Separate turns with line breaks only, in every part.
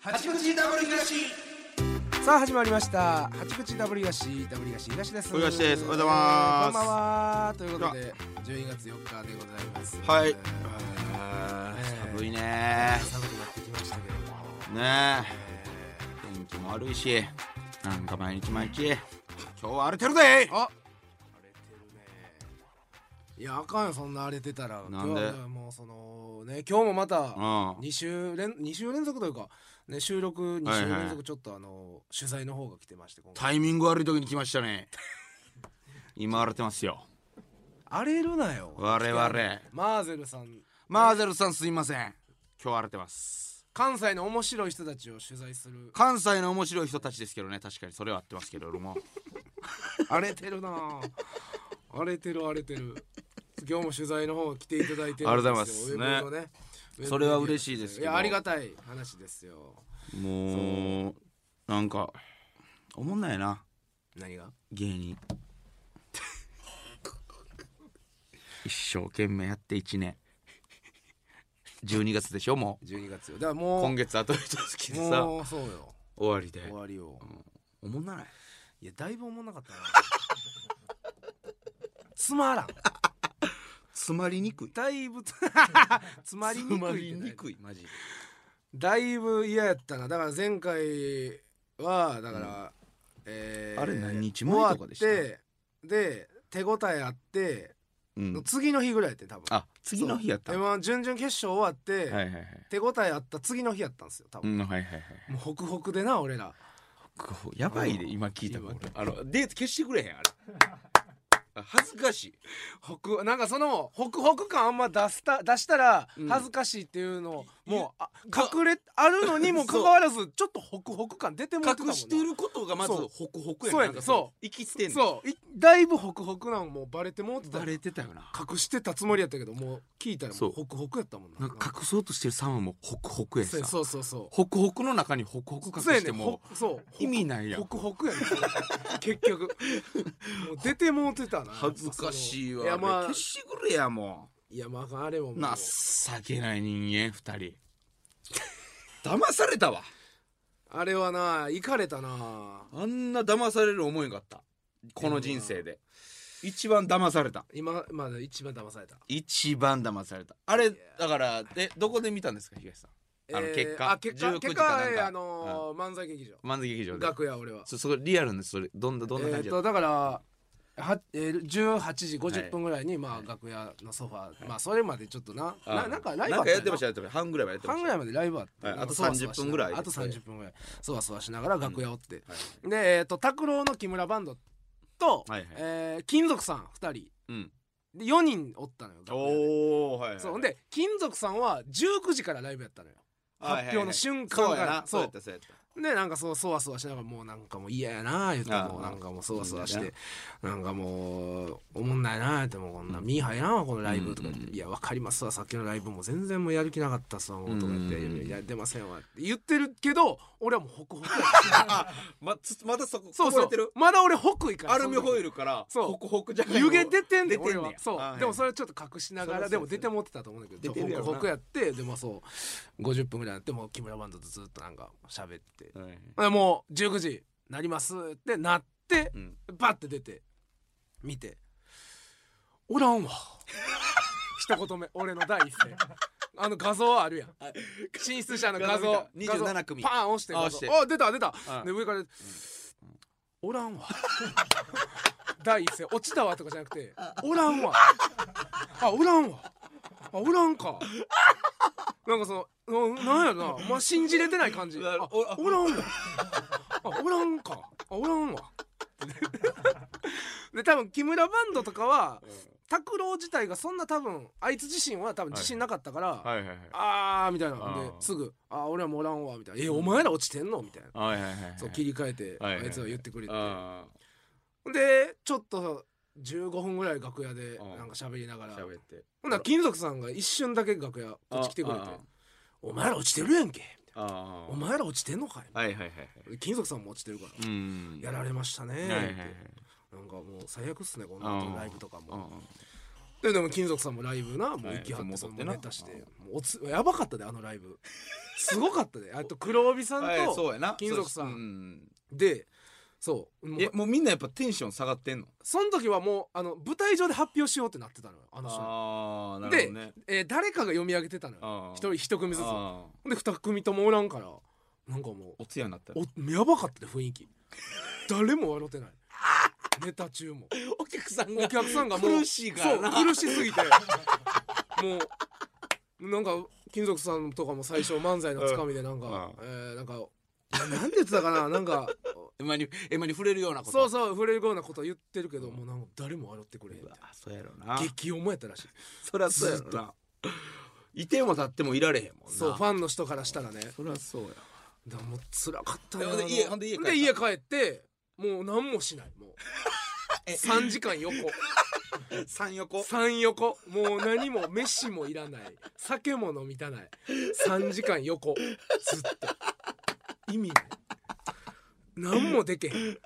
八口ダブル東
さあ始まりました八口ダブル東ダブル東東です
お東ですおはようございます
こんばんはということで12月4日でございます
はい
え
あ
ね
ー
え
寒いね
ー寒くなってきましたけども
ね
え
え天気も悪いしなんか毎日毎日今日は荒れてるぜ
ーあ荒れてるねいやあかんよそんな荒れてたら
なんで
今日はもうそのね今日もまた
うん
2週連二週連続というか、ね、収録2週
はい
連
はい
続ちょっとあの取材の方が来てまして今回
タイミング悪い時に来ましたね 今荒れてますよ
荒れるなよ
我々
マーゼルさん
マーゼルさんすいません今日荒れてます
関西の面白い人たちを取材する
関西の面白い人たちですけどね確かにそれは合ってますけれど も
荒れてるなぁ荒れてる荒れてる今日も取材の方来ていただいてるんで
ありがとうご
すよ
ざいます
ウェブのね
それは嬉しいですけど
いやありがたい話ですよ
もうなんかおもんないな
何が
芸人一生懸命やって1年12月でしょも
12月よだから
う
もう
今月あと一月でさ
もうそうよ
終わりで
終わりよ
おもんない
いやだいぶ思んなかったなつまらん
詰まりにくい
だいぶ つまりにくい
詰まり
って
に
何
くいマジで
だいぶ嫌やったなだから前回はだから、えー
あれ何日前とかでした
終わってで手応えあって、
うん
次の日ぐらいやって多分
あ次の日やった
で
はい
も準々決勝終わって、
はいはい
手応えあった次の日やったんですよ多
う
分、
んはいはいはい
もうホクホクでな俺ら
こうやばいで
うん
今聞いたこ
やば
とあのデート消してくれへんあれあ恥ずかしい
ホクなんかそのホクホク感あんま出した出したら
うん
恥ずかしいっていうのを、
ゆ
もうあ
が
隠れあるのにもかかわらずちょっとホクホク感出てもらってたもん
隠
な
してることがまず
そう
ホクホクや
そうやね
なんか
そ
生きてんの
そういだいぶホクホクなんもうバレてもうてた
バレてたよな
隠してたつもりやったけどもう聞いたら
そ
も
う
うホクホクやったもんな
なんか隠そうとしてる様もホクホクやし
そう
さ
やそうそうそ
ホクホクの中にホクホク
う
隠
そうや
し
ね
て
ん
も
ほそう
意味ないや
ホ
ん
クホクやねん結 局もう出てもうてたな
恥ずかしいわ
やっぱそのいやまあ
消してくれやも
いやまああかんあれもも
う
う
情けない人間二 人騙されたわ
あれはないかれたな
あんな騙される思いがあったこの人生で一番騙された
今まで一番騙された
一番騙されたあれ
いや
だからでどこで見たんですか東さんあの
えー
結果
あ結果
19
結
時かなん
果
か
えーあのー漫才劇場
漫才劇場で
楽屋俺は
そそれリアルなんですそれどんなどんな
え
感
っ
じだ
と
っ
だからはえー、18時50分ぐらいに、ま
はい
あ楽屋のソファー、まあそれまでちょっとな、
た
な
あ
なんかライブ
なんかやってましたたやってました半ぐらいはやってま
半ぐ
した
らいまでライブあって、
は
なん
い
か
あと
そわそわし
30分ぐらい
あと30分ぐらいそわそわしながら楽屋おって、
はい
でえっ、と拓郎の木村バンドと、
はいはい
えー金属さん2人
うん
で4人おったのよ楽屋で
おおはい、はい、
そうほんで金属さんは19時からライブやったのよ発表の瞬間
そう
か
や
ら
なそうやったたそうやった
でなんかそうそわそわしながらもうなんかもう嫌やな言って
ああ
もうなんかもうそわそわし
いい
てなんかもうおもんないな言ってもうこんな見入らんわこのライブとか言っ
うん
て「いやわかりますわさっきのライブも全然もうやる気なかったっすわもう」とか言って
うん
いや「出ませんわ」って言ってるけど俺はもうホクホク
まつまた そこ
そう
こぼ
そ
れ
う
てる
まだ俺ホクいから
アルミホイ
ル
ルから
そう
ホクホクじゃがい
湯
も
気出てんね
出て
ん俺
んね
は
や
そう、
あはい
でもそれちょっと隠しなが
そら
ら
そう
で
や
も出てもってたと思うんだけど
出てるやろ
ホ
な
クホクやってでもそう50分ぐらいやってもう木村バンドとずっとなんか喋って
はいはい
でもう19時なりますってなって
うん
バッて出て見て「おらんわ」 一言目俺の第一声あの画像あるやん進出者の画像
画像見た
画像
27組
パーン押して
あ
画
押し
像
て
あ出た出た
あ
で上から「おらんわ」 第一声「落ちたわ」とかじゃなくて「おらんわ」あ「おらんわ」あ「おらんか」なんかそのななんやろな、まあ、信じれてない感じ「
う
あ
わお
おらんわ」あ「おらんか」あ「おらんわ」で多分木村バンドとかは拓郎自体がそんな多分あいつ自身は多分自信なかったから、
はいはいはい
あーみたいな
あー
ですぐ「あー俺はもうおらんわ」みたいな「えお前ら落ちてんの?」みたいな
はいはいはい
そう切り替えて
はいはい
あいつは言ってくれて
あ
でちょっと15分ぐらい楽屋で
うん
なんか喋りなが
あ
ら
喋って
ほんなら金属さんが一瞬だけ楽屋こっち来てくれて
あ
「お前ら落ちてるやんけ」みたい
ああ
な「お前ら落ちてんのかい」
はいはいはいはい
金属さんも落ちてるから
う。ん
やられましたね、
はいはいはい
なんかもう最悪っすねこんな
うん
ライブとかも
うん
ででも金属さんもライブなもう
はい
行きはってその
戻ってな
ネタしてもうおつやばかったであのライブすごかったであと黒帯さんと、
はいそうやな
金属さん
うん
でそうもう
えもうみんなやっぱテンション下がってんの
その時はもうあの舞台上で発表しようってなってたのよあの人
ああな
で
るほどね
えー誰かが読み上げてたのよ
あー
一人一組ずつほ
あー
んで二組ともおらんからなんかもう
お通夜になったら
おやばかったで雰囲気誰も笑ってないネタ中も
お客さん
お客さんがもう
苦しいからな
そう苦しすぎてもうなんか金属さんとかも最初漫才のつかみでなんか、えーなんかなんて言ってたかななん か
エマにエマに触れるようなこと
そうそう触れるようなこと言ってるけど、もうなんか誰も笑ってくれへんみ
う
た
わ
い
そうやろな
な激重やったらしい
そりゃそうやろな居ても立ってもいられへんもんな
そうファンの人からしたらね
そりゃそうや
でももう辛かった
ほんで
あの
家ほんで家帰った
で家帰ってもう何もしないもう
え
3時間横
三横
3横もう何も飯もいらない酒も飲みたない3時間横ずっと意味ない何もでけへん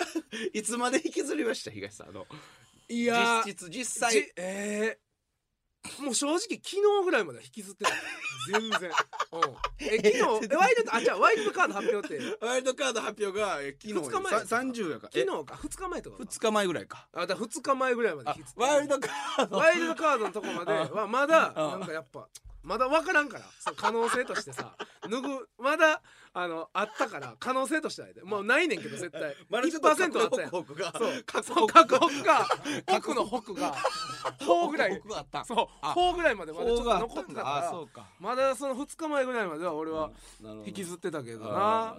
いつまで引きずりました東さんあの
いやー
実質実
じ
際
えーもう正直昨日ぐらいまで引きずってた全然、うん、え 昨日えワイルドあじゃあワイルドカード発表って
ワイルドカード発表がえ昨日
二日前
さ三十やから
昨日か2日前とかか
二日前ぐらいか
あだから2日前ぐらいまで
あ
引きつって
ワイルドカード
ワイルドカードのとこまではまだ
あ
なんかやっぱまだ分からんからその可能性としてさ 脱ぐまだあのあったから可能性としてはもうないねんけど絶 対1%あったやん
各国が
そう
各
そう
国
核が核の北が砲ぐらい
あった
そう
あ
砲ぐらいまでまだちょっ
方
と
が
残ってた
あ
か
そ
ら
うか
まだその2日前ぐらいまでは俺は引
引
きずってたけどな
あ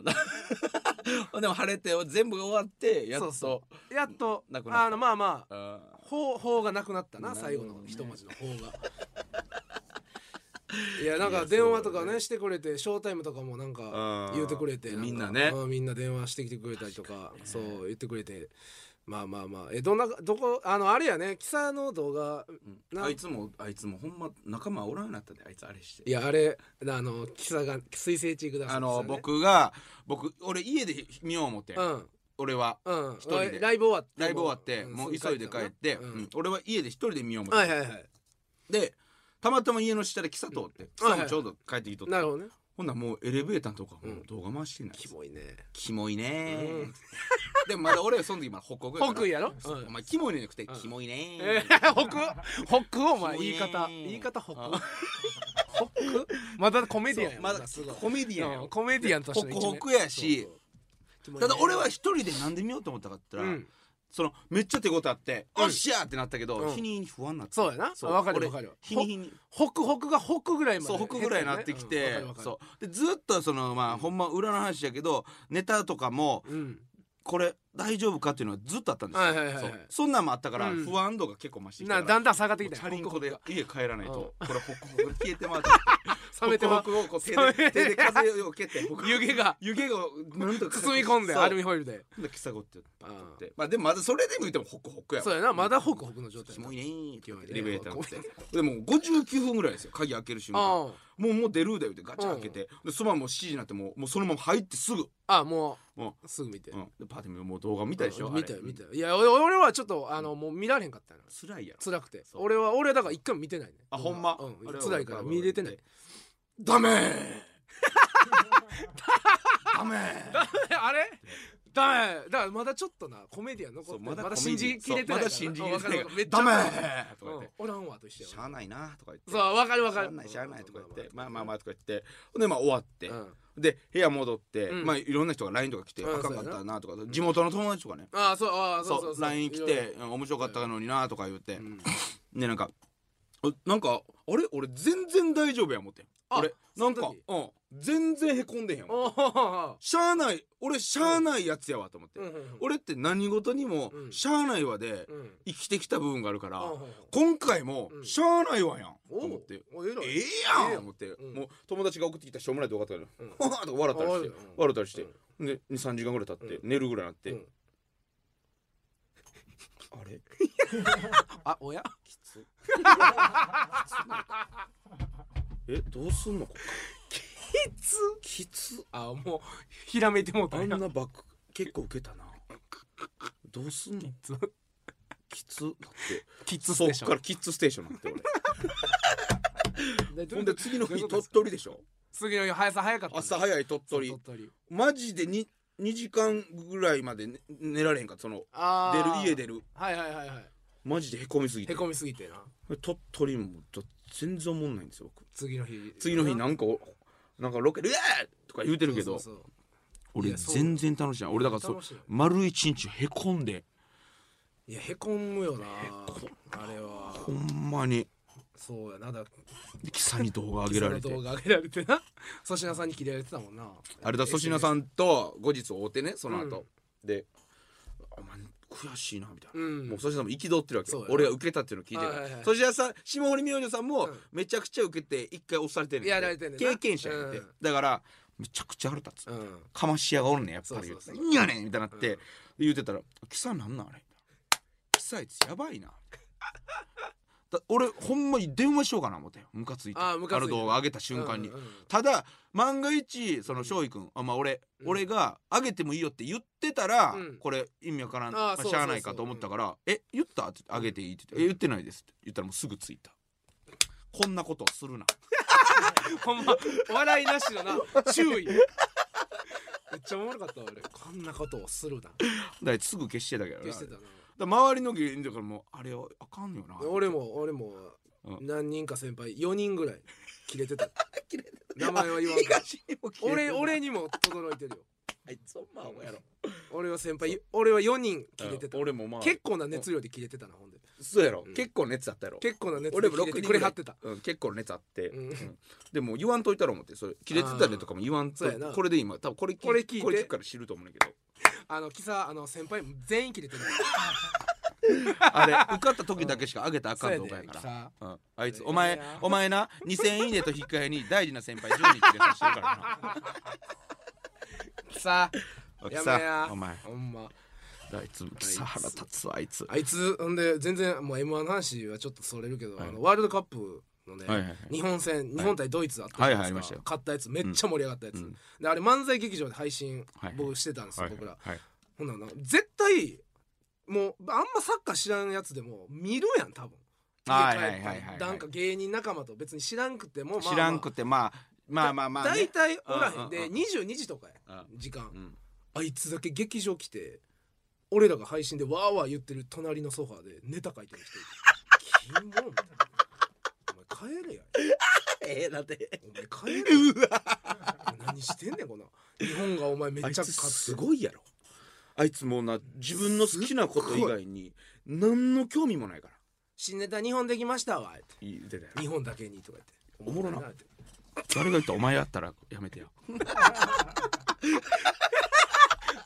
ー でも晴れて全部が終わってやっと
そうそやっと
なくなった
あのまあまあ
あー
方法がなくなったな
なるほど
最
ね
後の一文字の方が いやなんか電話とか
いやそうだ
ね
ね
してくれてショータイムとかもなんか
うん
言ってくれてか
みんなね
うんみんな電話してきてくれたりとかそう言ってくれてまあまあまあえどんなどこあのあれやねキサの動画
うん
な
あいつもあいつもほんま仲間おらんようになったであいつあれして
いやあれあのキサが水星地ください
あの僕が僕俺家で見よう思って
うん
俺は
うん
一人で
ライブ終わって
ライブ終わって
ん
もう
すぐ
急いで帰って
たの
う
ね
ん俺は家で一人で見よう
うん
思
は
っ
い
て
はいはい
でたまたま家の下でキサ通ってキ
はいは
サも
い
ちょうど帰ってきとって
なるほどね
ほんならもうエレベーターのとかも
うん
う動画回してない
キモいね
キモいね
う
ー
ん
でもまだ俺はその時まだ北国やから
北緯やろ
そう
うん
お前キモいねじゃなくて
うん
キモいね
え
ー
ー、北北お前
キモい
言い
ね
方言い方北北まだコメディアンや
ま
ま
だ
だすごい
コメディアンや
うんコメディアンとしての一面
ホクホクやし
そうそう
ただ俺は一人でなんで見ようと思ったかって
う
言ったら、
ん
そのめっちゃ手応えあって、
うん
おっしゃーってなったけど、
うん
日に日に不安になって
そうやなあわかるわかる
日に日に
北北が北ぐらいまで
そう北ぐらいになってきて、
うんわかるわか
そうでずっとそのまあ、ほんま裏の話やけどネタとかも
るうん
これ大丈夫かっていうのはずっとあったんですよ、
はいはいはいはい
そうそんなんもあったから、
うん
不安度が結構増してきたか
な
ら
だんだん下がってきた
チャリンコで家帰らないと、これホクホク消えてま うと
冷めて
ホ
は
クホクをこう手
冷め
で手で風を受けてホクホ ク
湯気が
湯気がなんとか
包み込んで
そう
アルミホイルで
でキサゴってパッとってまあでもまだそれでも言ってもホクホクやわ
そうやなまだ北北の状態
キモいねーって
キモいね
エレベーター乗ってでもう59分ぐらいですよ鍵開ける瞬間
あ
もうもう出るだよってガチャ開けてでそばもう7時になってもうもうそのまま入ってすぐ
ああも
も
うすぐ見て
う、うん、でパーティーもう動画見たでしょ
う
あ
ん
れ
見たよ見たよいや俺俺はちょっとあのもう見られへんかったな
辛いやろ
辛くて
そう
俺は俺はだから一回も見てないね
あほんま
う
あれ
ん、
は
辛いから見れてない
ダメ ーダメー
あれダメだからまだちょっとなコメディアン残
そ
っ
う
てまだ
コメ
信
ディ
じきれてない
そうまだ信じきれ
わ
てない
かるわかるめっちゃ
ダメ
わかる
ーとか言って
うんおらんわと一緒
し
や
ゃあないなとか言って
そうわかるわかる
しゃあないしゃあないとか言ってまあまあまあとか言ってほんでまあ終わって
うん
で部屋戻って、
うん
まあいろんな人が LINE とか来て、
うん
あかんかったなとか地元の友達とかね、
ああそうああそうそう
そう LINE 来
いろい
てうん面白かったのになとか言って、
ろうん
でなんかおなんかあれ俺全然大丈夫や思ってん
あ
俺なん
そ
か
の時、
うん、全然へこんでへんわ
おお
しゃあない俺しゃあないやつやわと思って、俺って何事にも
うん
しゃあないわで
うんうん
生きてきた部分があるから、
おう
今回も
うん
しゃあないわやんと
お
思っ
う
て。
おう偉
え
い
え
ええや
やん
ん
思って、
うん
もう友達が送ってきたしょうもない動画とかで
うん
ほわーとか笑ったりして
あ
笑ったりして
うん、
で23時間ぐらい経って、
う
寝るぐらいになって、
うん
あれ
あおや
きつ きつないかえどうすんのこ
きつ
きつ
あもうひらめいてもう
あ
た
ん
んや
なバック結構受けたなどうすんの
つ
きつだって
キッズス
そ
テ
っ
ーショ
か
ン
らキッズステーションなんて俺
で
ほんで次の
どうい
日
うことで
鳥
す
取でしょ
次の日早さ早かった
朝早い鳥
そう
取マジで 2, 2時間ぐらいまで寝寝られへんかったその
あ
出る
ー
家出る
はいはいはいはい
マジでへこみすぎて
へこみすぎてな
鳥取もだ全然おもんないんですよ僕
次の日
次の日なんかおなんかロケ「うわー!」とか言うてるけど
そうそうそうい
俺
やそう
全然楽しい俺だからそ
楽しいよ
丸一日へこんで
いやへこむよなあれは
ほんま に
そうやなだ
でキサに動画上げられて
その動画上げられてな粗品さんに切られてたもんな
あれだ粗品さんと後日会うてねその後、で「お前悔しいな」みたいな、
うん
もう粗品さんも憤ってるわけ
そうやな
俺が受けたっていうの聞いてるから
はいはいはい
粗品さん霜降り明星さんも
うん
めちゃくちゃ受けて一回押されてるん
やられてんねんな
経験者やって、
うん
だからめちゃくちゃ腹立つ、
うん
かまし屋がおるねんやっぱり
そうそうそう
いいんやねんみたいになって、
うん
言うてたら「キサなんなんあれ」キサあいつやばいな」だ俺ほんまに電話しようかな思ってムカついて
あームカついて
の動画上げた瞬間に、
うんうんうん
ただ万が一その翔く君、あまあ俺、
うん
俺が「あげてもいいよ」って言ってたら、
うん
これ意味わからん
あー
まあ
そうそうそう
しゃあないかと思ったから「え言った?」って「あげていい」って言って「え言ってないです」って言ったらもうすぐついたこんなことをするな
ほんま笑いなしだな注意めっちゃおもろかったわ俺こんなことをするな
だからすぐ消してたけどな
消してたな
だから周りの芸人だからもうあれはあかんよな
俺も俺も
うん
何人か先輩4人ぐらい切れてた名前は言わんから
東にも消えて
俺
る
俺にも驚いてるよ
あいつほんまアホやろ
俺は先輩俺は4人切れてた
俺もまあ
結構な熱量で切れてたなほんで
そうやろ、
うん
結構熱あったやろ
結構な熱量
俺
で
も
切
6
れて
人ぐ
くれ
らい
はってた
うん、結構熱あって、
うん
うんでも言わんといたら思ってそれ切れてたねとかも言わんと
あーそうやな
これで今多分これ
これ聞いて
これ聞くから知ると思うんだけど
あのキサあの先輩全員切れてる
あれ受かった時だけしか上げたらあかん動画やか
そうや
ら
ね、
うん、あいつ
そうやね
お前お前な2000いいねと引き換えに大事な先輩10人切れさせてるからな
キサ
お い
や
さ
めや
お前
ほんま
あいつ草腹立つわあいつ
あいつほんで全然もう m 1の話はちょっとそれるけど、
はい
あのワールドカップのね、
はいはいはい
日本戦日本対ドイツあったじゃないですか
はいはいありましたよ
勝ったやつめっちゃ盛り上がったやつ、
うん
であれ漫才劇場で配信
はいはい
僕してたんですよ、僕ら、
はいはい
ほんならな絶対もうあんまサッカー知らんやつでも見るやん多分
はい
家帰った
はい
り
はいはい
なんか芸人仲間と別に知らんくても、まあまあ
知らんくてまあまあまあまあ、
大
ね、
体おらへん
うん
で
うん
22時とかや
うん
時間、
うん
あいつだけ劇場来て俺らが配信でわーわー言ってる隣のソファーでネタ書いてる人いるキモみたいなお前帰れや
えー、だって
お前帰れや
うわ
何してんねんこんな日本がお前めっ
あい
ちゃ
つ
勝って
すごいやろあいつもうな自分の好きなこと以外に何の興味もないから
新ネタ日本できましたわって
言ってたよ
日本だけにとか言って
おもろな
って
誰が言ったお前やったらやめ てよ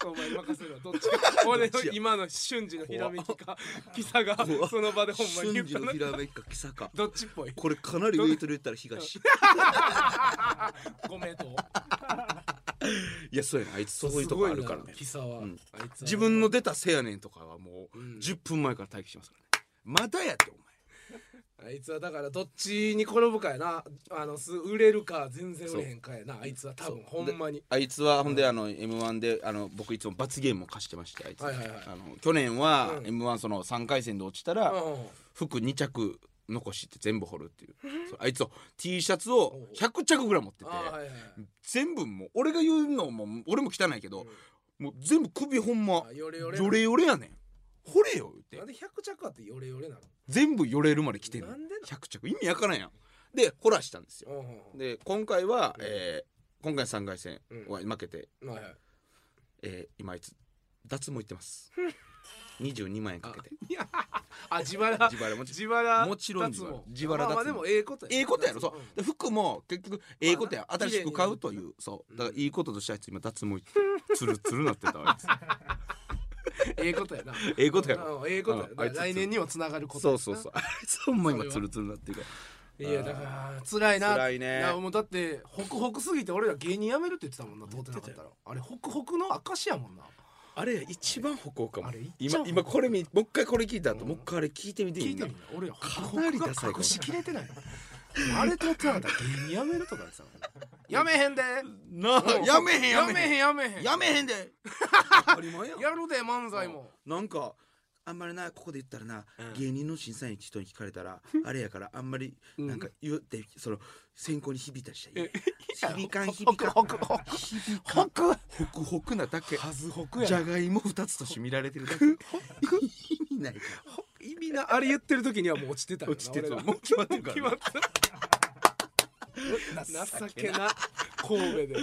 お前任せるわどっちか 俺の今の瞬時のひらめき か貴様がその場でほんまに言ったの
らめきか貴坂
どっちっぽい
これかなり
ウェイ
トで言ったら東
ごめんと
いやそうやなあいつそういうとこあるからね
貴様は
うん
あいつは
自分の出たせやねんとかはもう
うん
10分前から待機しますからねまだやってお前
あいつはだからどっちに転ぶかやなあのす売れるか全然売れへんかやなあいつは多分ほんまに
あいつはほんであの m 1であの僕いつも罰ゲームを貸してましてあいつ
はいはいはい
あの去年は
うん
m 1その3回戦で落ちた
う
ら
ん
服2着残して全部掘るっていうそうあいつを T シャツを100着ぐらい持ってて
あはいはいはい
全部もう俺が言うのも俺も汚いけど、もう全部首ほんま
あ
よ
よ
れ
れ
よ
よ
れ
れ
やねん掘れよ言
なん
って
で100着あってヨレヨレなの
全部よれるまで来てんの
なんでな
100着意味わからんやんで掘らしたんですよ
うんうんうん
で今回は、
うん
えー今回3回戦は負けて、
はいはい
えー今あいつ脱毛いって ます22万円かけて
いやあ自腹
自腹持ち
自腹
もちろん
脱毛
自腹
まあま
自腹脱毛
あでもええことや
ええことやろそう、で服も結局ええことや
まあな
新しく買うというそうだからいいこととしてあいつ今脱毛いってつるつるなってたわあいつ
ええことやな
ええ ことやろ
うんええことや
うんあい
な
つ
来年にもつながること
そ
や
う
な
そうそうあいつほんま今つるつるなっていうか
いやだから辛いな
辛いね
やもうだってホクホクすぎて俺ら芸人辞めるって言ってたもんな通ってなかったらあれホクホクの証やもんな
あれ一番歩行かも
あれ一
今
番歩行
今これみもう一回これ聞いた後、もう一回あれ聞いてみて
聞
み
い
ん
て
な
みな俺らホク
かな
ホ
り
ク
ダサいかも
が隠しきれてないのあれ通ってなかったら芸人辞めるとか言ってたもん なやめへんで
なあやめへんやめへん
やめへんやめへん
やめへんで当たり前やん
やるで漫才も
なんか
あんまりなここで言ったらな、
うん
芸人の審査員の人に聞かれた らあれやからあんまり
うん
なんか言って、その選考に響いたりしたら嫌や響かん
ほ
響
く
かん
ほくほく
響か
ほ
ん
く
ホクホクなだけ
はずほくや
じ
な
ゃがいも二つとして見られてるだけ意味ないから
ほ意味なあれ言ってる時にはもう落ちてたよな
落ちてた
俺ら
もう決まってるから
決まった情けな神戸で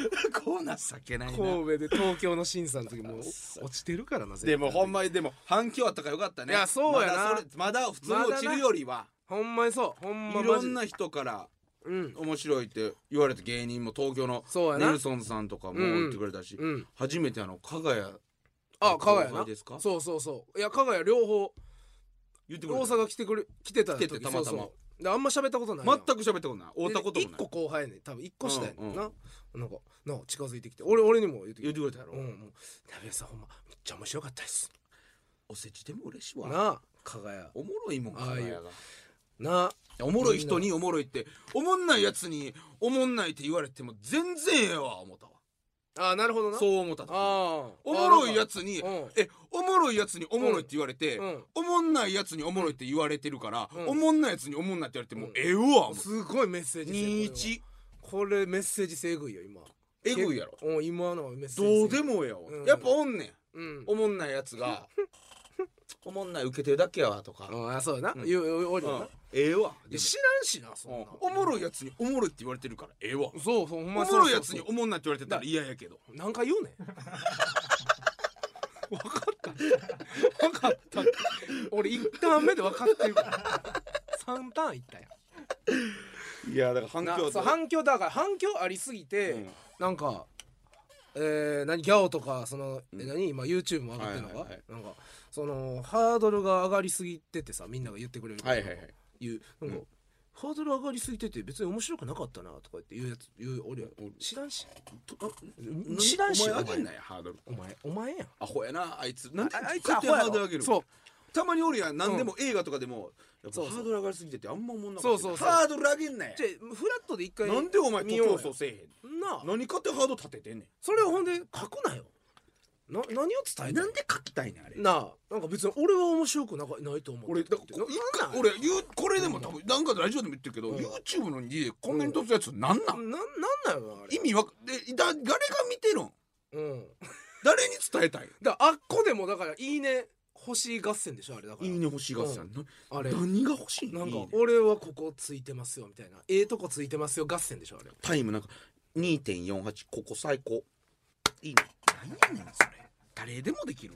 こうな情けないな
神戸で東京の審査の時もう落ちてるからな絶対
でもほんまにでも反響あったからよかったね
いやそうやな
まだそれまだ普通に落ちるよりは、
ほんまにそうほんまマ
いろ
ジ
ん
で
な人から
うん
面白いって言われた芸人も東京の
そうや
ネ
な
ルソンさんとかも
うんうん
言ってくれたし、
うん
初めてあの加賀谷
あ加賀や
後輩
な
ですか
そうそうそういや加賀や両方
言って
大
くれた
阪来てくれ来てた
来ててたまたま
そうそうであんま喋ったことないやん
全く喋ったことない会ったことも
で一
ない
個後輩やねん多分一個下やねんな、
うん
なんかなんか近づいてきて俺俺にも言って
言ってくれたやろ
うんもうナベさんほんまめっちゃ面白かったです
お世辞でも嬉しいわ
なあ加賀や
おもろいもん
ああいう
加賀谷が
なあ
おもろい人におもろいっておもんないやつにおもんないって言われても全然ええわ思ったわ
あーなるほどな
そう思った時
ああ
おもろいや
つ
つに
うん
えおもろいやつにおもろいって言われて、
うん
おもんないやつにおもろいって言われてるから、
うん
おもんないやつにおもんないって言われても
うん
うええわ、もう
すごいメッセージ性
21
これはこれメッセージ性えぐいよ今
えぐいやろ
うん今のはメッセージ
どう
性
でもええわ、
うん
やっぱおんねん
うん
おもんないやつがおもんない受けてるだけやわとか、
うんあそうやな、う
う
んん、言う多い
うん
な、
ええわ
で
で
知らんしなそんな
も、おもろいやつにおもろいって言われてるからええわ
そうそうほ
お
んま
もろいやつに
そうそう
おもんないって言われてたら嫌やけど
そう何回言うね ん分かった分かったって 俺一ターン目で分かってるから3ターンいったやん
いやだから反
なそう反響だから反響ありすぎて、
うん
なんかえー、何ギャオとかその、え
うん
何今 YouTube も上がってるのが、
はいはいはい
なんかそのハードルが上がりすぎててさみんなが言ってくれる
はいはいはい
いうなんか、ハードル上がりすぎてて別に面白くなかったなとか言って言うやつ言う俺や
俺
知らんし
と
知らんしお
お前あ
前
げんなよハードル
お前お前やん
アホやなあいつなんで
ああいつ
勝手に
アホや
ハ
ろ
ードル上げる
そう
たまにおるやん何でも映画とかでもやっぱ
そうそう
ハードル上がりすぎててあんま思んなかったけ
そう
ど
そうそう
ハードル上げんなよ
じゃあフラットで一回
なんでお前徒
見よう
競
よ
走せえ
な
へ
あ
ん何かってハードル立ててんね
それをほんで書くなよな何を伝え
ん
た
ないんで書きたいねんあれ
なあなんか別に俺は面白くなかないと思う
俺だからこ一回俺言うこれでも多分なんかラジオでも言ってるけど、
うん
YouTube の家でこんなに撮ったやつなんな
な
ん、
んなんなんだよなあれ
意味わかでだ誰が見てるん
うん
誰に伝えたい
だからあっこでもだから「いいね」欲しい合戦でしょあれだから
いいね欲しいがさ、ん、な
あれ
何が欲しい
なん
いい
か
ね
俺はここついてますよみたいなええとこついてますよ合戦でしょあれ
タイムなんか2.48ここ最高いいね何やねんそれ誰でもで きる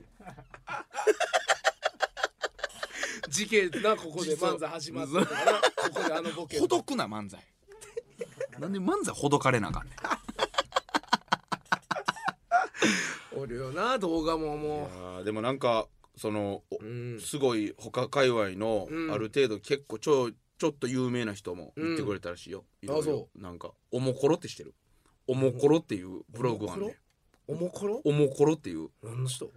時系なここで
実は
漫才始まったからなここであのボケ
ほどくな漫才なんで漫才ほどかれなあかんねん
おるよな動画も
いや
も
ーでもなんかその、お
ううん
すごい他界隈の
うん
ある程度結構ちょちょっと有名な人も言ってくれたらしいよ、いろいろ
あそ
なんか「おもころ」ってしてる「おもころ」っていうブログがあんねん
おもころ
おもころ」っていう
何の人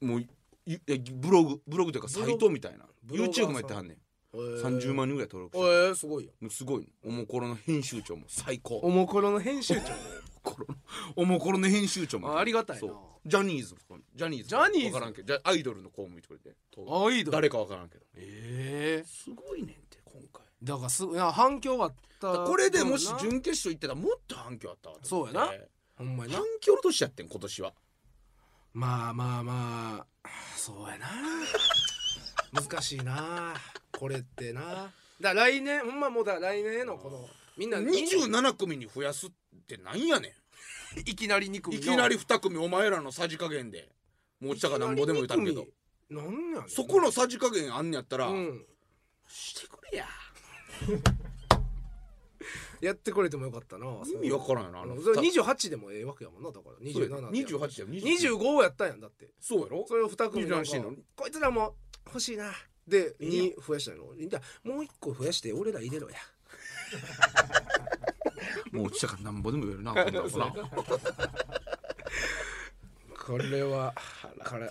もういえブログブログというかサイトみたいな
ブロガーさん
YouTube もやってはんねん、
えー
30万人ぐらい登録
え
し
ーす
て
ごいよ
るすごいのおもころの編集長も最高お
お
も
もころの編集長
ころのおもころの編集長も
あありがたいな
そうジャニーズとかもジャニーズ
ジャニーズ
わからんけどジャアイドルの子も見てくれて
アイドル
誰かわからんけど
ええ
すごいねんって今回
だからすいや反響があった
これでもし
な
準決勝行ってたらもっと反響あったわと思って
そうやほんまにな
反響の年やってん今年は
まあまあまあそうやな 難しいなこれってなだから来年ほんまもうだから来年へのこのみんな
27組に増やすってなんやね
いきなり2
ん
組
い
の
きなり2組お前らのさじ加減でもう落ちたかなんぼでも言うたるけど
なんやねん
そこのさじ加減あんねやったら、
うん
してくれや
やってくれてもよかったな
意味わからんよなあの
それ28でもええわけやもんなだから
そうや
27
な
で
28だよ20
25やったんやんだって
そうやろ
それを2組なん
27してん
か
の
こいつらも欲しいなで
いいや
2増やしたのじゃあもう1個増やして俺ら入れろや
もう落ちたかなんぼでも言えるなこん なのな
これはから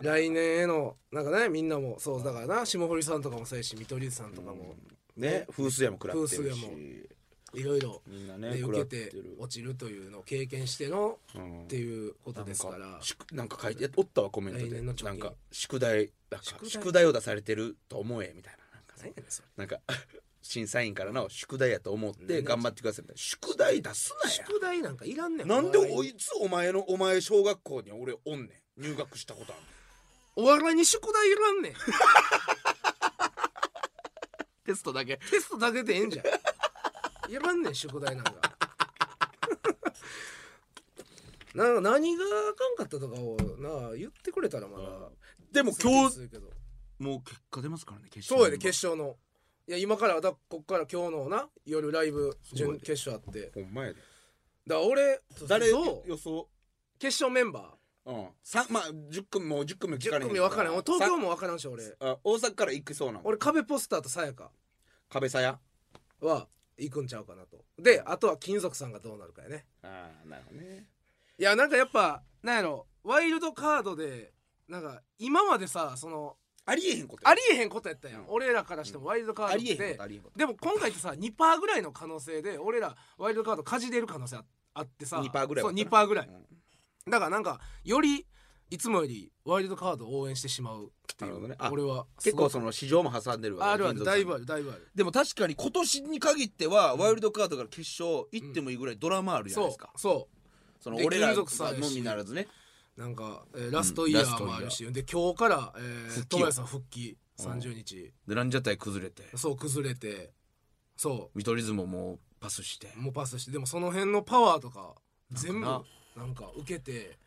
来年へのなんかねみんなもそうだからな霜降りさんとかもそうやし見取り図さんとかも、
ね風水屋も食らって
風
る
水
し
屋もいろいろ、
みんな
ね
ね食
受
ら
け
って
て
る
落ちるというのを経験しての
うん
っていうこ
な
と
ん
ですから
しくなんか書いておったわコメント
来
で
年の貯金
なんか宿題なんか
宿
宿
題
題を出されてると思えみたいななんか
何やねんそれ
なんか 審査員からの宿題やと思っ
年
て
の
頑張ってくださいみたいな宿題出す
宿題なんかいらんねん
なやなんで
お笑いに
おいつお前のお前小学校に俺おんねん入学したことある
お笑いに宿題いらんねん
テストだけ
テストだけでええんじゃんいらんねん宿題なんか なんか何があかんかったとかをなあ言ってくれたらまだ
でも今
す
日
るけど
もう結果出ますからね決勝
そうやで決勝のいや今からだこっから今日のな夜ライブ
そうや
準
で
決勝あって
ほんまやで
だから俺
誰
を
予想
決勝メンバ
うんさまあ10組もう10組も
ー
聞か
10
れへん
組分からん俺東京
さ
も分からんし俺
あ大阪から行きそうなの
俺壁ポスターとさやか
壁さや
は行くんちゃうかなとであとは金属さんがどうなるかやね
ああなるほどね
いやなんかやっぱなんやろワイルドカードでなんか今までさその
ありえへんことや
ありえへんことやったやん、
うん
俺らからしてもワイルドカード
あ
っ
りえへん
て
ことありえへんこと
でも今回ってさ2%ぐらいの可能性で俺らワイルドカードかじれる可能性ああってさ
2%ぐらい
そ
は
う
あったな
2%ぐらい、
うん
だからなんかよりいつもよりワイルドカードを応援してしまうってい
なるほ
う、
どねあ
俺は
結構
す
その市場も挟んでる
ごいあ
わ
るあ
金
る
属さ
だ
ん
いぶあるだいぶある
でも確かに今年に限ってはワイルドカードから決勝行ってもいいぐらいドラマあるじゃない
そう
ですか、
そ
その
で
俺ら
金属さん
が
やし
のみならずね
うなんか、えーラストイヤーもあるし、で今日から、えー、
復帰
ト
よ
マヤさん復帰30日、
でランジャタイ崩れて
そう崩れてそ
見取り図ももうパスして
うもうパスしてでもその辺のパワーとか全部
な
なんか受けて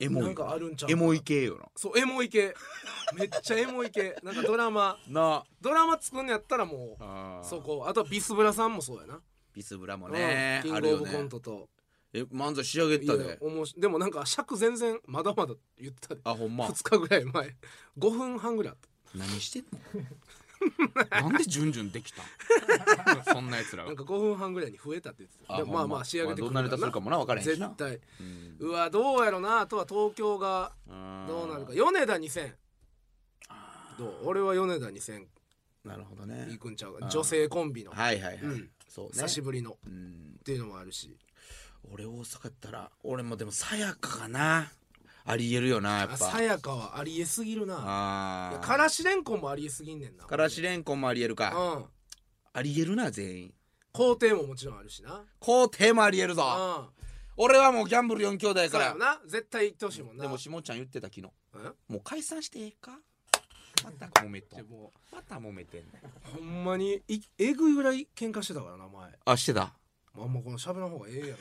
エモい
なんかあるんちゃうか
エ
な
モい系よ
そうエモい系 めっちゃエモい系なんかドラマ
な
ドラマ作んのやったらもう
な
そこあとはビスブラさんもそうやな
ビスブラもね
うんキ
あ
ング
る
オ
よ
ブ
ね
コントと、
え漫才仕上げて
いや
たで
おもしでもなんか尺全然まだまだ言ってたで、
あほんま
2日ぐらい前5分半ぐらいあっ
何してんの
なんで順々できたそんなやつら
た
が
なんか5分半ぐらいに増えたって言ってたでまあまあ仕上げてく
くる
る
まあどんなネタするかもな分からへんしな
絶対
うん
うわどうやろなあとは東京がどうなるか米田2000どう俺は米田2000
なるほど
行
ね
くんちゃう
あ
か
ー
女性コンビの
はいはいはい、
うん
そうね
久しぶりのっ
うん
ていうのもあるし
俺大阪やったら俺もでもさやかかなありえるよなやっ
あ
ぱ
さやかはありえすぎるな
あ
いや
ー
からしれんこんもありえすぎんねんな
からしれんこんもありえる
う
か
ん
ありえるな全員
工程ももちろんあるしな
皇帝もありえるぞ
うん
俺はもうギャンブル4兄弟や
そ
か
うやろ
ら
な絶対言ってほしいもんな
でもしもちゃん言ってた昨日
うん
もう解散してええかまた揉めと
でも
また揉めてんね
ほ
ん
んまにいえぐいぐらい喧嘩してたからな前
あしてた
まああんまこの喋らん方がええや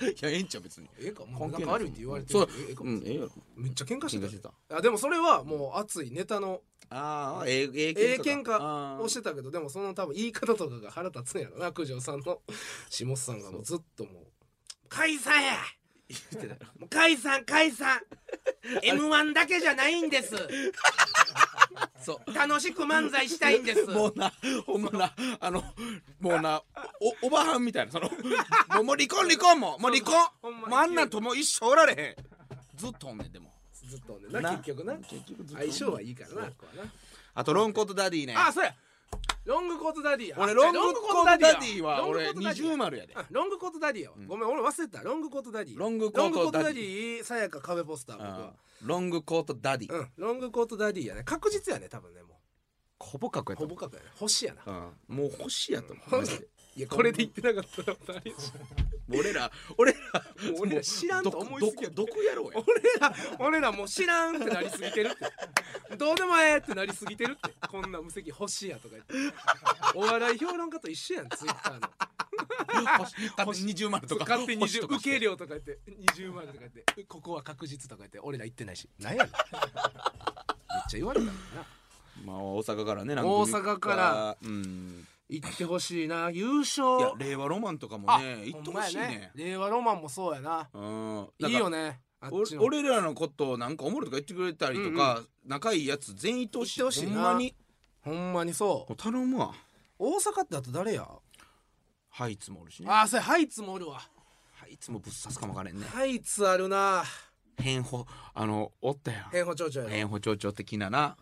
ろ
いやええんちゃう別に
ええか、まあ、
関
な
係なんい
か悪いって言われてるけどええか
うんええよ
めっちゃ喧嘩してたよ
喧嘩してた
あでもそれはもう熱いネタの
ああえええ
ええ
え
喧嘩をしててたけどでもその多分言い方とかが腹立つんやろな九条さんの下津さんがもうずっともう「解散やもう解散解散 m 1だけじゃないんです
そう
楽しく漫才したいんです」
もうなほんまなあのもうなおおばはんみたいなそのもうもう離婚離婚ももう離婚
ほんまに
もうあんなんともう一生おられへんずっとおんねんでも
ずっとねな結局な
結局ずっとおんね
相
ん
性はいいからなここはな
あとロングコートダディね
あそうやロングコートダディや
俺
あ
ロングコートダディは
ロングコ
俺
ートダ
二
ディや
重丸やで
あロングコートダディやわ、ごめん俺忘れてたロングコートダディ
ロングコートダデ
ロ
ィ
ングコートダディさやか壁ポスター僕は
うんロングコートダディ
うんロングコートダディやね確実やね多分ねも
ほぼかっこ
うほぼ角やね星やな
うんもう欲しいやと思うマジで
いやこれで言ってなかったら大丈
俺ら俺ら
夫俺ら知らんと思いすぎや
どこどこどこやろうや
俺ら俺らもう知らんってなりすぎてる ってどうでもええってなりすぎてるってこんな無責任星やとか言ってお笑い評論家と一緒やんツイッターの
勝手に20丸とか
勝手に
欲しい
20
とか
受
して
け料とか言って20万とか言ってここは確実とか言って俺ら言ってないしなんやねんめっちゃ言われたからな
まあ大阪からね
大阪から
うん
行ってほしいな優
いや
勝
令和ロマンとかも
あ
ね行って
ほんま
ほ
や
しいね
令和ロマンもそうやな
うん
いいよねあっ
お
ちの
俺らのことをなんかおもろいとか言ってくれたりとか、仲いいやつ全員いってほしい
行ってほしい
ほ
なん
まに
ほんまにそう
もう頼むわ
大阪ってあと誰や
ハイツもおるしね
あそれハイツもおるわ
ハイツもぶっ刺すかもわからんね
ハイツあるな
変法あのおったやん
変保町長やろ
変法町長的なな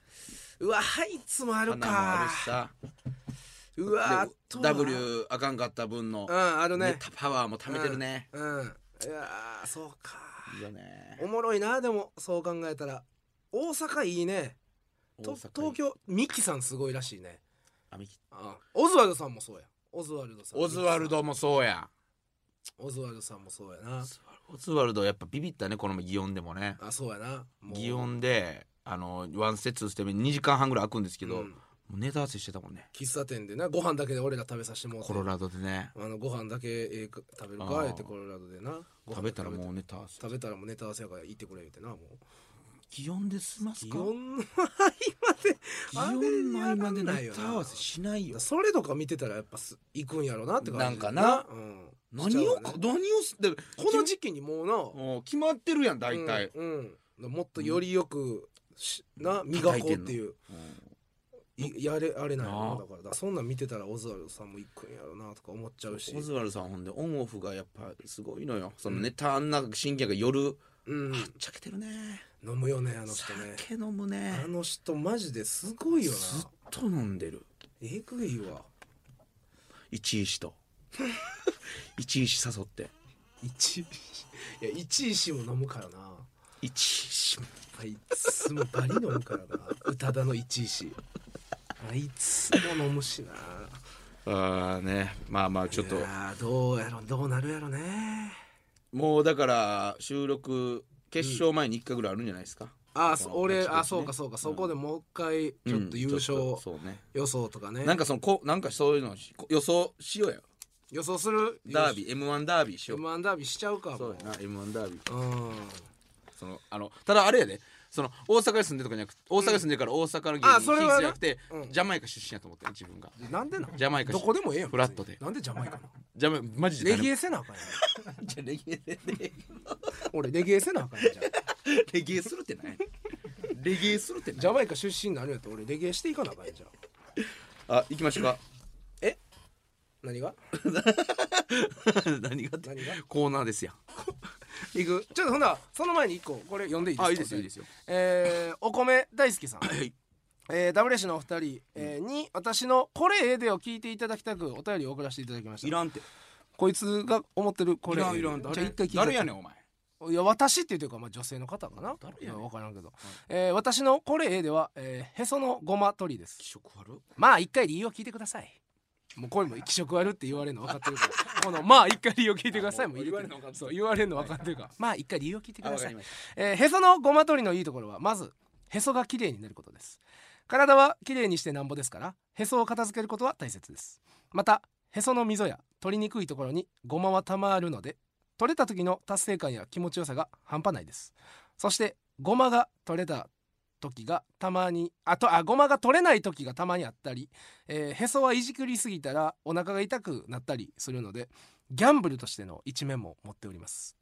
うわハイツもある
花もあ
か
るしさ
うわ
で
ー
W あかんかった分の
うん、ある
ネ
ね。
タパワーも貯めてるね、
うん。いやー、そうか。
いいよね
おもろいな、でも、そう考えたら。大阪いいね。と
大阪
東京、ミキさんすごいらしいね。
あみき
あオズワルドさんもそうや。オズワルドさん。
オズワルドもそうや
オズワルドさんもそうやな。
オズワルドやっぱビビったねこの前祇園でもね
あ、そうやな。もう
祇園であのワンセットして2時間半ぐらい空くんですけど、
う
も
ん
うネタ合わせしてたもんね
喫茶店でな、ご飯だけで俺ら食べさせてもうて
コロラドでね
あのご飯だけええか食べる
あ
か
ー
えってコロラドでなご飯
食べたら
う
もうネタ合わせ
食べたらもうネタ合わせやから行ってくれ言うてなもう
祇園で済ます
祇
か
園の合間で
祇園の合間で
あれやらない
ネ
よ
タ合わせしないよ
それとか見てたらやっぱす行くんやろなって感じ
なんかな
うん、
何を
しちゃ
か
うよね
何をすで
この時期にもうな
もう決まってるやん大体、
うん、うんもっとよりよくし、な磨こうっていういやれあれないよ
なあ
なだからだからそんなん見てたらオズワルドさんも行くんやろなとか思っちゃうし
オズワルドさんほんでオンオフがやっぱすごいのよそのネタあんな神経が夜
うん
はっちゃけてるね
飲むよねあの人ね
酒飲むね
あの人マジですごいよ
ずっ
な
と飲んでる
えぐいわ
一 石と一石誘って
一いや一石も飲むからな
一石も
あいつもバリ飲むからな宇多田の一石あいつも飲むしな
ああねまあまあちょっと
いやーどうやろどうなるやろね
もうだから収録決勝前に1回ぐらいあるんじゃないですか、
あ
この
俺
八月ね
あそうかそうかそこでもう一回ちょっと優
うんち
勝
ょっとそうね
予想とかね
なんかそのこなんかそういうのしこ予想しようや
予想する
ダービー m 1ダービーしよう
m 1ダービーしちゃうかも
そうやな m 1ダービー
うん
そのあのただあれやでその大阪に住んでるとかじゃなくて大阪に住んでるから大阪の芸
あ
人
そ
品
れ
質
はな
じゃなくて、
うん
ジャマイカ出身やと思って自分が
なんでなん
ジャマイカ
どこでもええやん
フラットで
別になんでジャマイカな
ジャママジで
レ
誰
ゲ
も
エせなあかんやん
じゃレゲエで
俺レゲエせなあかんやんじゃあ
レゲエするってない レゲエするってない
ジャマイカ出身になるんやったら俺レゲエしていかなあかんやんじゃん
あ行きましょうか
何が
何がって
何が
コーナーですやん
いくちょっとほんならその前に一個これ読んでいいですか
あいいですよいいですよ
えーお米大好きさん
い
えー、ダブレシのお二人、えーに私の「これええで」を聞いていただきたくお便りを送らせていただきました
いらんって
こいつが思ってるこ
い
れえ
ら
え
んいらん
じゃあ
誰
一回聞いて
誰やねんお前
いや私っていうというか、まあ、女性の方かな
誰やねん
い分からんけど、えー私の「これええでは」えーへそのごま取りです
気色悪
まあ一回理由を聞いてくださいもうこれも気色悪って言われるの分かってるから この「まあ一回理由を聞いてください」もう言われるの分かってるそう言われるの分かってるから、まあ一回理由を聞いてくださいえーへそのごま取りのいいところはまずへそがきれいになることです体はきれいにしてなんぼですからへそを片付けることは大切ですまたへその溝や取りにくいところにごまはたまるので取れた時の達成感や気持ちよさが半端ないですそしてごまが取れた時がたまにあとあごまが取れない時がたまにあったり、えーへそはいじくりすぎたらお腹が痛くなったりするのでギャンブルとしての一面も持っております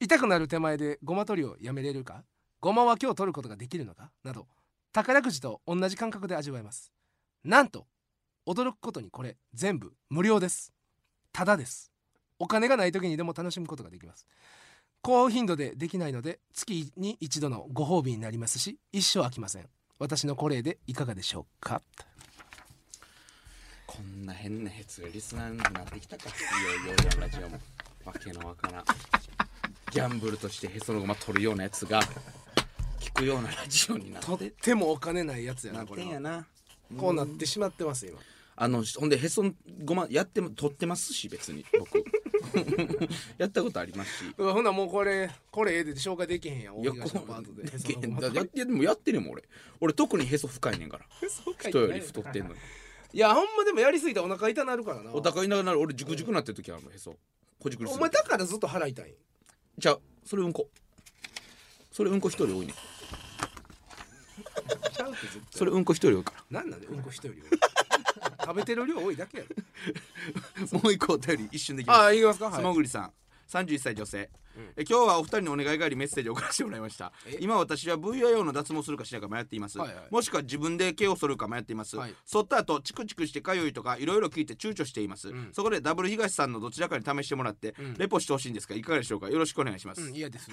痛くなる手前でごま取りをやめれるかごまは今日取ることができるのかなど宝くじと同じ感覚で味わえますなんと驚くことにこれ全部無料ですただですお金がない時にでも楽しむことができます高頻度でできないので月に一度のご褒美になりますし一生飽きません私のこれでいかがでしょうか
こんな変なやつがリスナーになってきたかいよいよラジオも わけのわからんギャンブルとしてへそのごま取るようなやつが聞くようなラジオになっ
とってもお金ないやつや
な
な
っ
こ
て
れ
ん
は
やな
こうなってしまってます今
あのほんでへそのごまやっても取ってますし別に 僕やったことありますし
うわほなもうこれこれええで紹介できへん やん大東のパートで
で
その
やってでもやってるもん俺俺特にへそ深いねんから
そうか
人より 太ってんのに
いやほんまでもやりすぎたらお腹痛なるからな
お互いながら俺ジュクジュクなってる時あるのへそこじくりす
お
る
前だからずっと腹痛いん
じゃあそれうんこそれうんこ一人多いね
ちゃうって絶対
それうんこ一人多いか
なんなんでうんこ人より多い 食べてる量多いだけやろ
もう一個お便り一瞬できます
ああいきますか
素
はい
潜りさん31歳女性、え今日はお二人のお願いがありメッセージを送らせてもらいました
え
今私は VIO の脱毛するかしないか迷っています、
はいはい
もしくは自分で毛を剃るか迷っています、
はい
剃った後チクチクしてかゆいとかいろいろ聞いて躊躇しています、
ん
そこでダブル東さんのどちらかに試してもらって、
うん
レポしてほしいんですがいかがでしょうかよろしくお願いします、
うん嫌です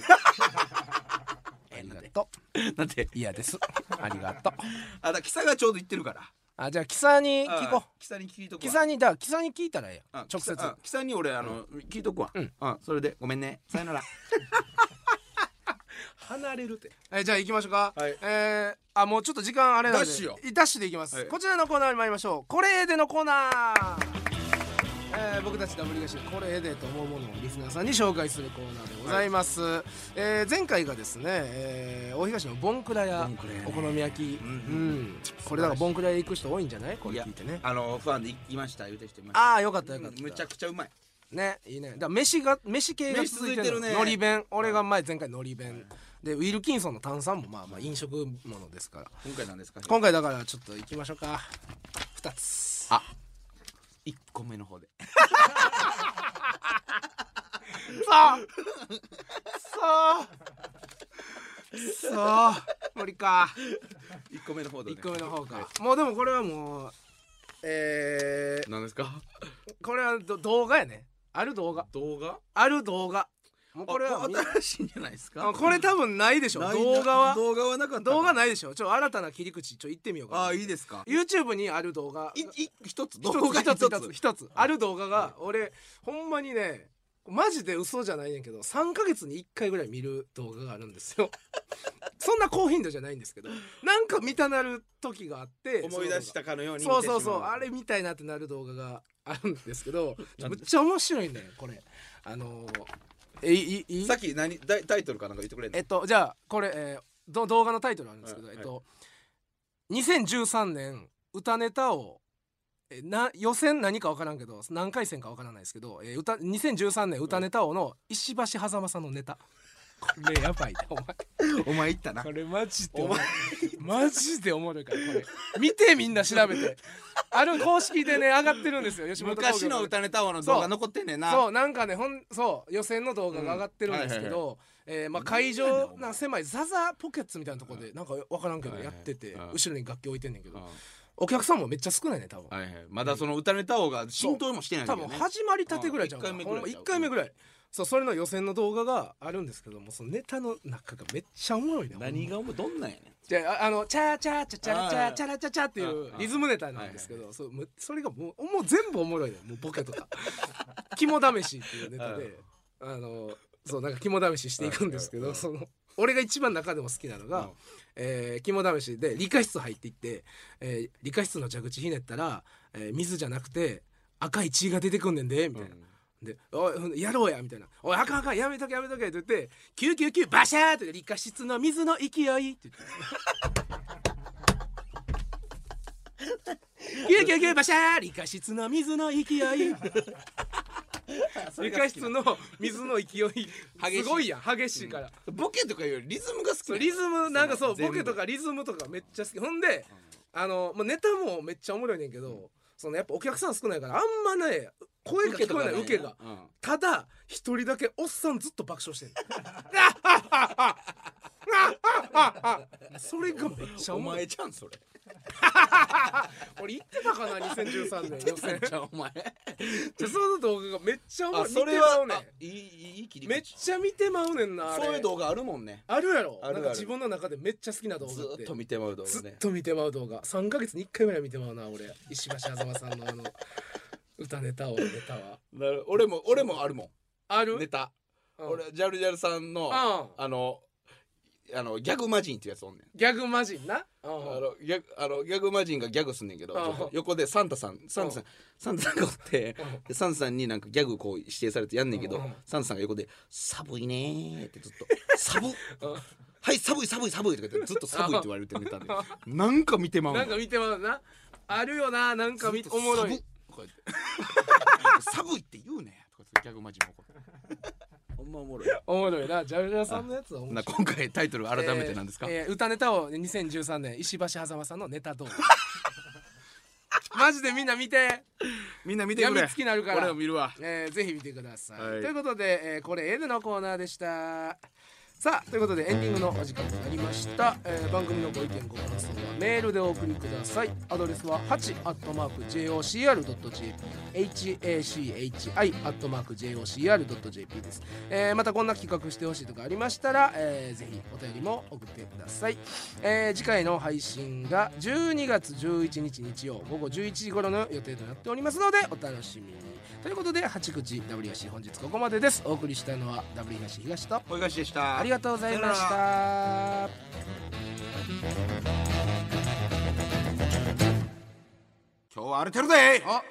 ありがとう
だって
嫌ですありがとう
あだからキサがちょうど言ってるから
あじゃあキサに聞こ
キサに聞いと
う
く
キ
わ
サにだキサに聞いたらええ
う
や
ん
ん直接
キサうんキサに俺あの聞いとくわ
うん
うんそれでごめんねさよなら
離れるって
えーじゃあ行きましょうか、
はい
えーあもうちょっと時間あれなんで
ダッシュよ
ダッシュで行きます、
はい
こちらのコーナーに参りましょうこれでのコーナー、えー僕たちダブリガシこれでと思うものをリスナーさんに紹介するコーナーでございます、えー前回がですね、えー大東のボンクラや
ボンクラやね
お好み焼き、
う
うんん
うん
これだからボンクラ屋行く人多いんじゃない これ聞いてね
あのファンで行きました言うて人いました
ああよかったよかった、
むちゃくちゃうまい
ねいいねだから飯が飯系が続いて
飯
る
続いてるね
のり弁俺が前前回のり弁でウィルキンソンの炭酸もまあまあ飲食ものですから
今回なんですか
今回だからちょっと行きましょうか2つ
あ1個目の方で
さあさあさあ無理か
1個目の方で、ね、
1個目の方かもうでもこれはもうえ
何ですか
ー、これはど動画やねある動画
動画
ある動画もうこれは
あ
みんな
新しいんじゃないですか
あこれ多分ないでしょ
ないな
動画は
動画はなかったか
動画ないでしょちょ新たな切り口ちょ行ってみようかな
ああいいですか
YouTube にある動画
いい一つ
一
動
つ
画
一つ
一
一つ
つ
一つある動画が俺ほんまにねマジで嘘じゃないねんけど3ヶ月に1回ぐらい見る動画があるんです よそんな高頻度じゃないんですけどなんか見たなる時があって
思い出したかのように
その動画そうそうそうあれ
見
見たいなってなる動画があるんですけど
なん
む
で
っちゃ面白いんだよこれあのーえいいい
てしまうさっき何タイタイトルかなんか言ってくれんの
えっとじゃあこれ、えーど動画のタイトルあるんですけど、
はい
えっと2013年歌ネタをえーな予選何か分からんけど何回戦か分からないですけど、えー歌2013年歌ネタ王の石橋狭間さんのネタこれやばいなお前
お前言ったな
これマジで
お前
マジでおもろいからこれ見てみんな調べてある公式でね上がってるんですよ吉本興業
昔の歌ネタ王の動画残ってんねんな
そうなんかねほんそう予選の動画が上がってるんですけ
うんは
どえーまあ
何
会
やねんお
場な
前
んか狭いザザポケッツみたいなところでなんか分からんけど
はいは
や
い
ってて
うん
後ろに楽器置いてんねんけ
う
ど
ん
お客さんもめっちゃ少ないね多分
はいはいまだその歌ネタ王が浸透もしてないん
多
だけど
分
ね
始まりたてぐらいじゃん
うん一回目ぐらいちゃ
1
う
回目ぐらいそうそれの予選の動画があるんですけどもそのネタの中がめっちゃおもろいね
何がお前どんなんやねん
じゃああのチャーチャーチャチャラチャーチャラチャチャっていう
ああ
リズムネタなんですけどそうむそれがもうもう全部おもろいねもうボケとか肝試しっていうネタであのそうなんか肝試ししていくんですけ
はい
ど
はい
その俺が一番中でも好きなの
うん
がえー肝試しで理科室入っていってえー理科室の蛇口ひねったらえー水じゃなくて赤い血が出てくんねんでみたいな。で「おいほんでやろうや」みたいな「おいあかんあかんやめとけやめとけ」って言って「救急救バシャー!」って言って理科室の水 の勢い」って言って「救急救バシャー理科室の水の 勢い」理科室の水の勢い
い
すごいやん激しいから、
ボケとかよりリズムが好き
そうリズムなんかそう
全
ボ
部
ケとかリズムとかめっちゃ好きほんであの、まあ、ネタもめっちゃおもろいねんけど、そのやっぱお客さん少ないからあんまね声が聞こえない受けが。ただ一人だけおっさんずっと爆笑してる それがめっちゃ
お
お前
前ちゃんそれ
俺言ってたかな2013年 予選
ちゃんお前
じゃあその動画がめっちゃおもろい
それは
見てまうね
あいいいい切り
んめっ
口
ちゃ見てまうねんなあれ
そういう動画あるもんね
あるやろ
あるあ
な
る
んか自分の中でめっちゃ好きな動画
ず
って
っと見てまう動
ず
画ね
っと見てまう動画3ヶ月に1回ぐらい見てまうな俺石橋あざまさんのあ の歌ネタをネタは
なる俺も俺もあるも
あ
んネ
る
タ
うん
俺ジャルジャルさんの
うん
あのあのギャグマジンってやつおんねん
ギャグマジンなあ
あのギャグあのギャグマジンがギャグすんねんけど
うん
横でサンタさんサンタさんサンタさんがおって
うん
でサンタさんになんかギャグこう指定されてやんねんけ
う
ど
ん
サンタさんが横で「寒いねー」ってずっ と「寒っ
うん
はい寒い寒い寒い」とか言ってずっと寒いって言われて寝たんでなんか見てまうの
なんか見てまうなあるよななんか見
ずっと
おもろい
寒っこうやって寒いって言うねとかってギャグマジンも怒るほんまおもろい
おもろいなジャルジャルさんのやつは面
な
白い
今回タイトル改めてなんですか、
えーえー歌ネタを2013年石橋狭間さんのネタ動 画マジでみんな見て、
みんな見てくれ
病みつきになるから
俺も見るわ
えーぜひ見てください、
はい
ということで、えーこれ N のコーナーでしたさあということでエンディングのお時間となりました、えー番組のご意見ご感想はメールでお送りくださいアドレスは 8-jocr.jp hachi-jocr.jp です、えーまたこんな企画してほしいとかありましたら、えーぜひお便りも送ってください、えー次回の配信が12月11日日曜午後11時頃の予定となっておりますのでお楽しみにということで八口 W 氏本日ここまでですお送りしたのは W 東東と
小東でした
ありがとうございました。
今日は荒れてるで
あ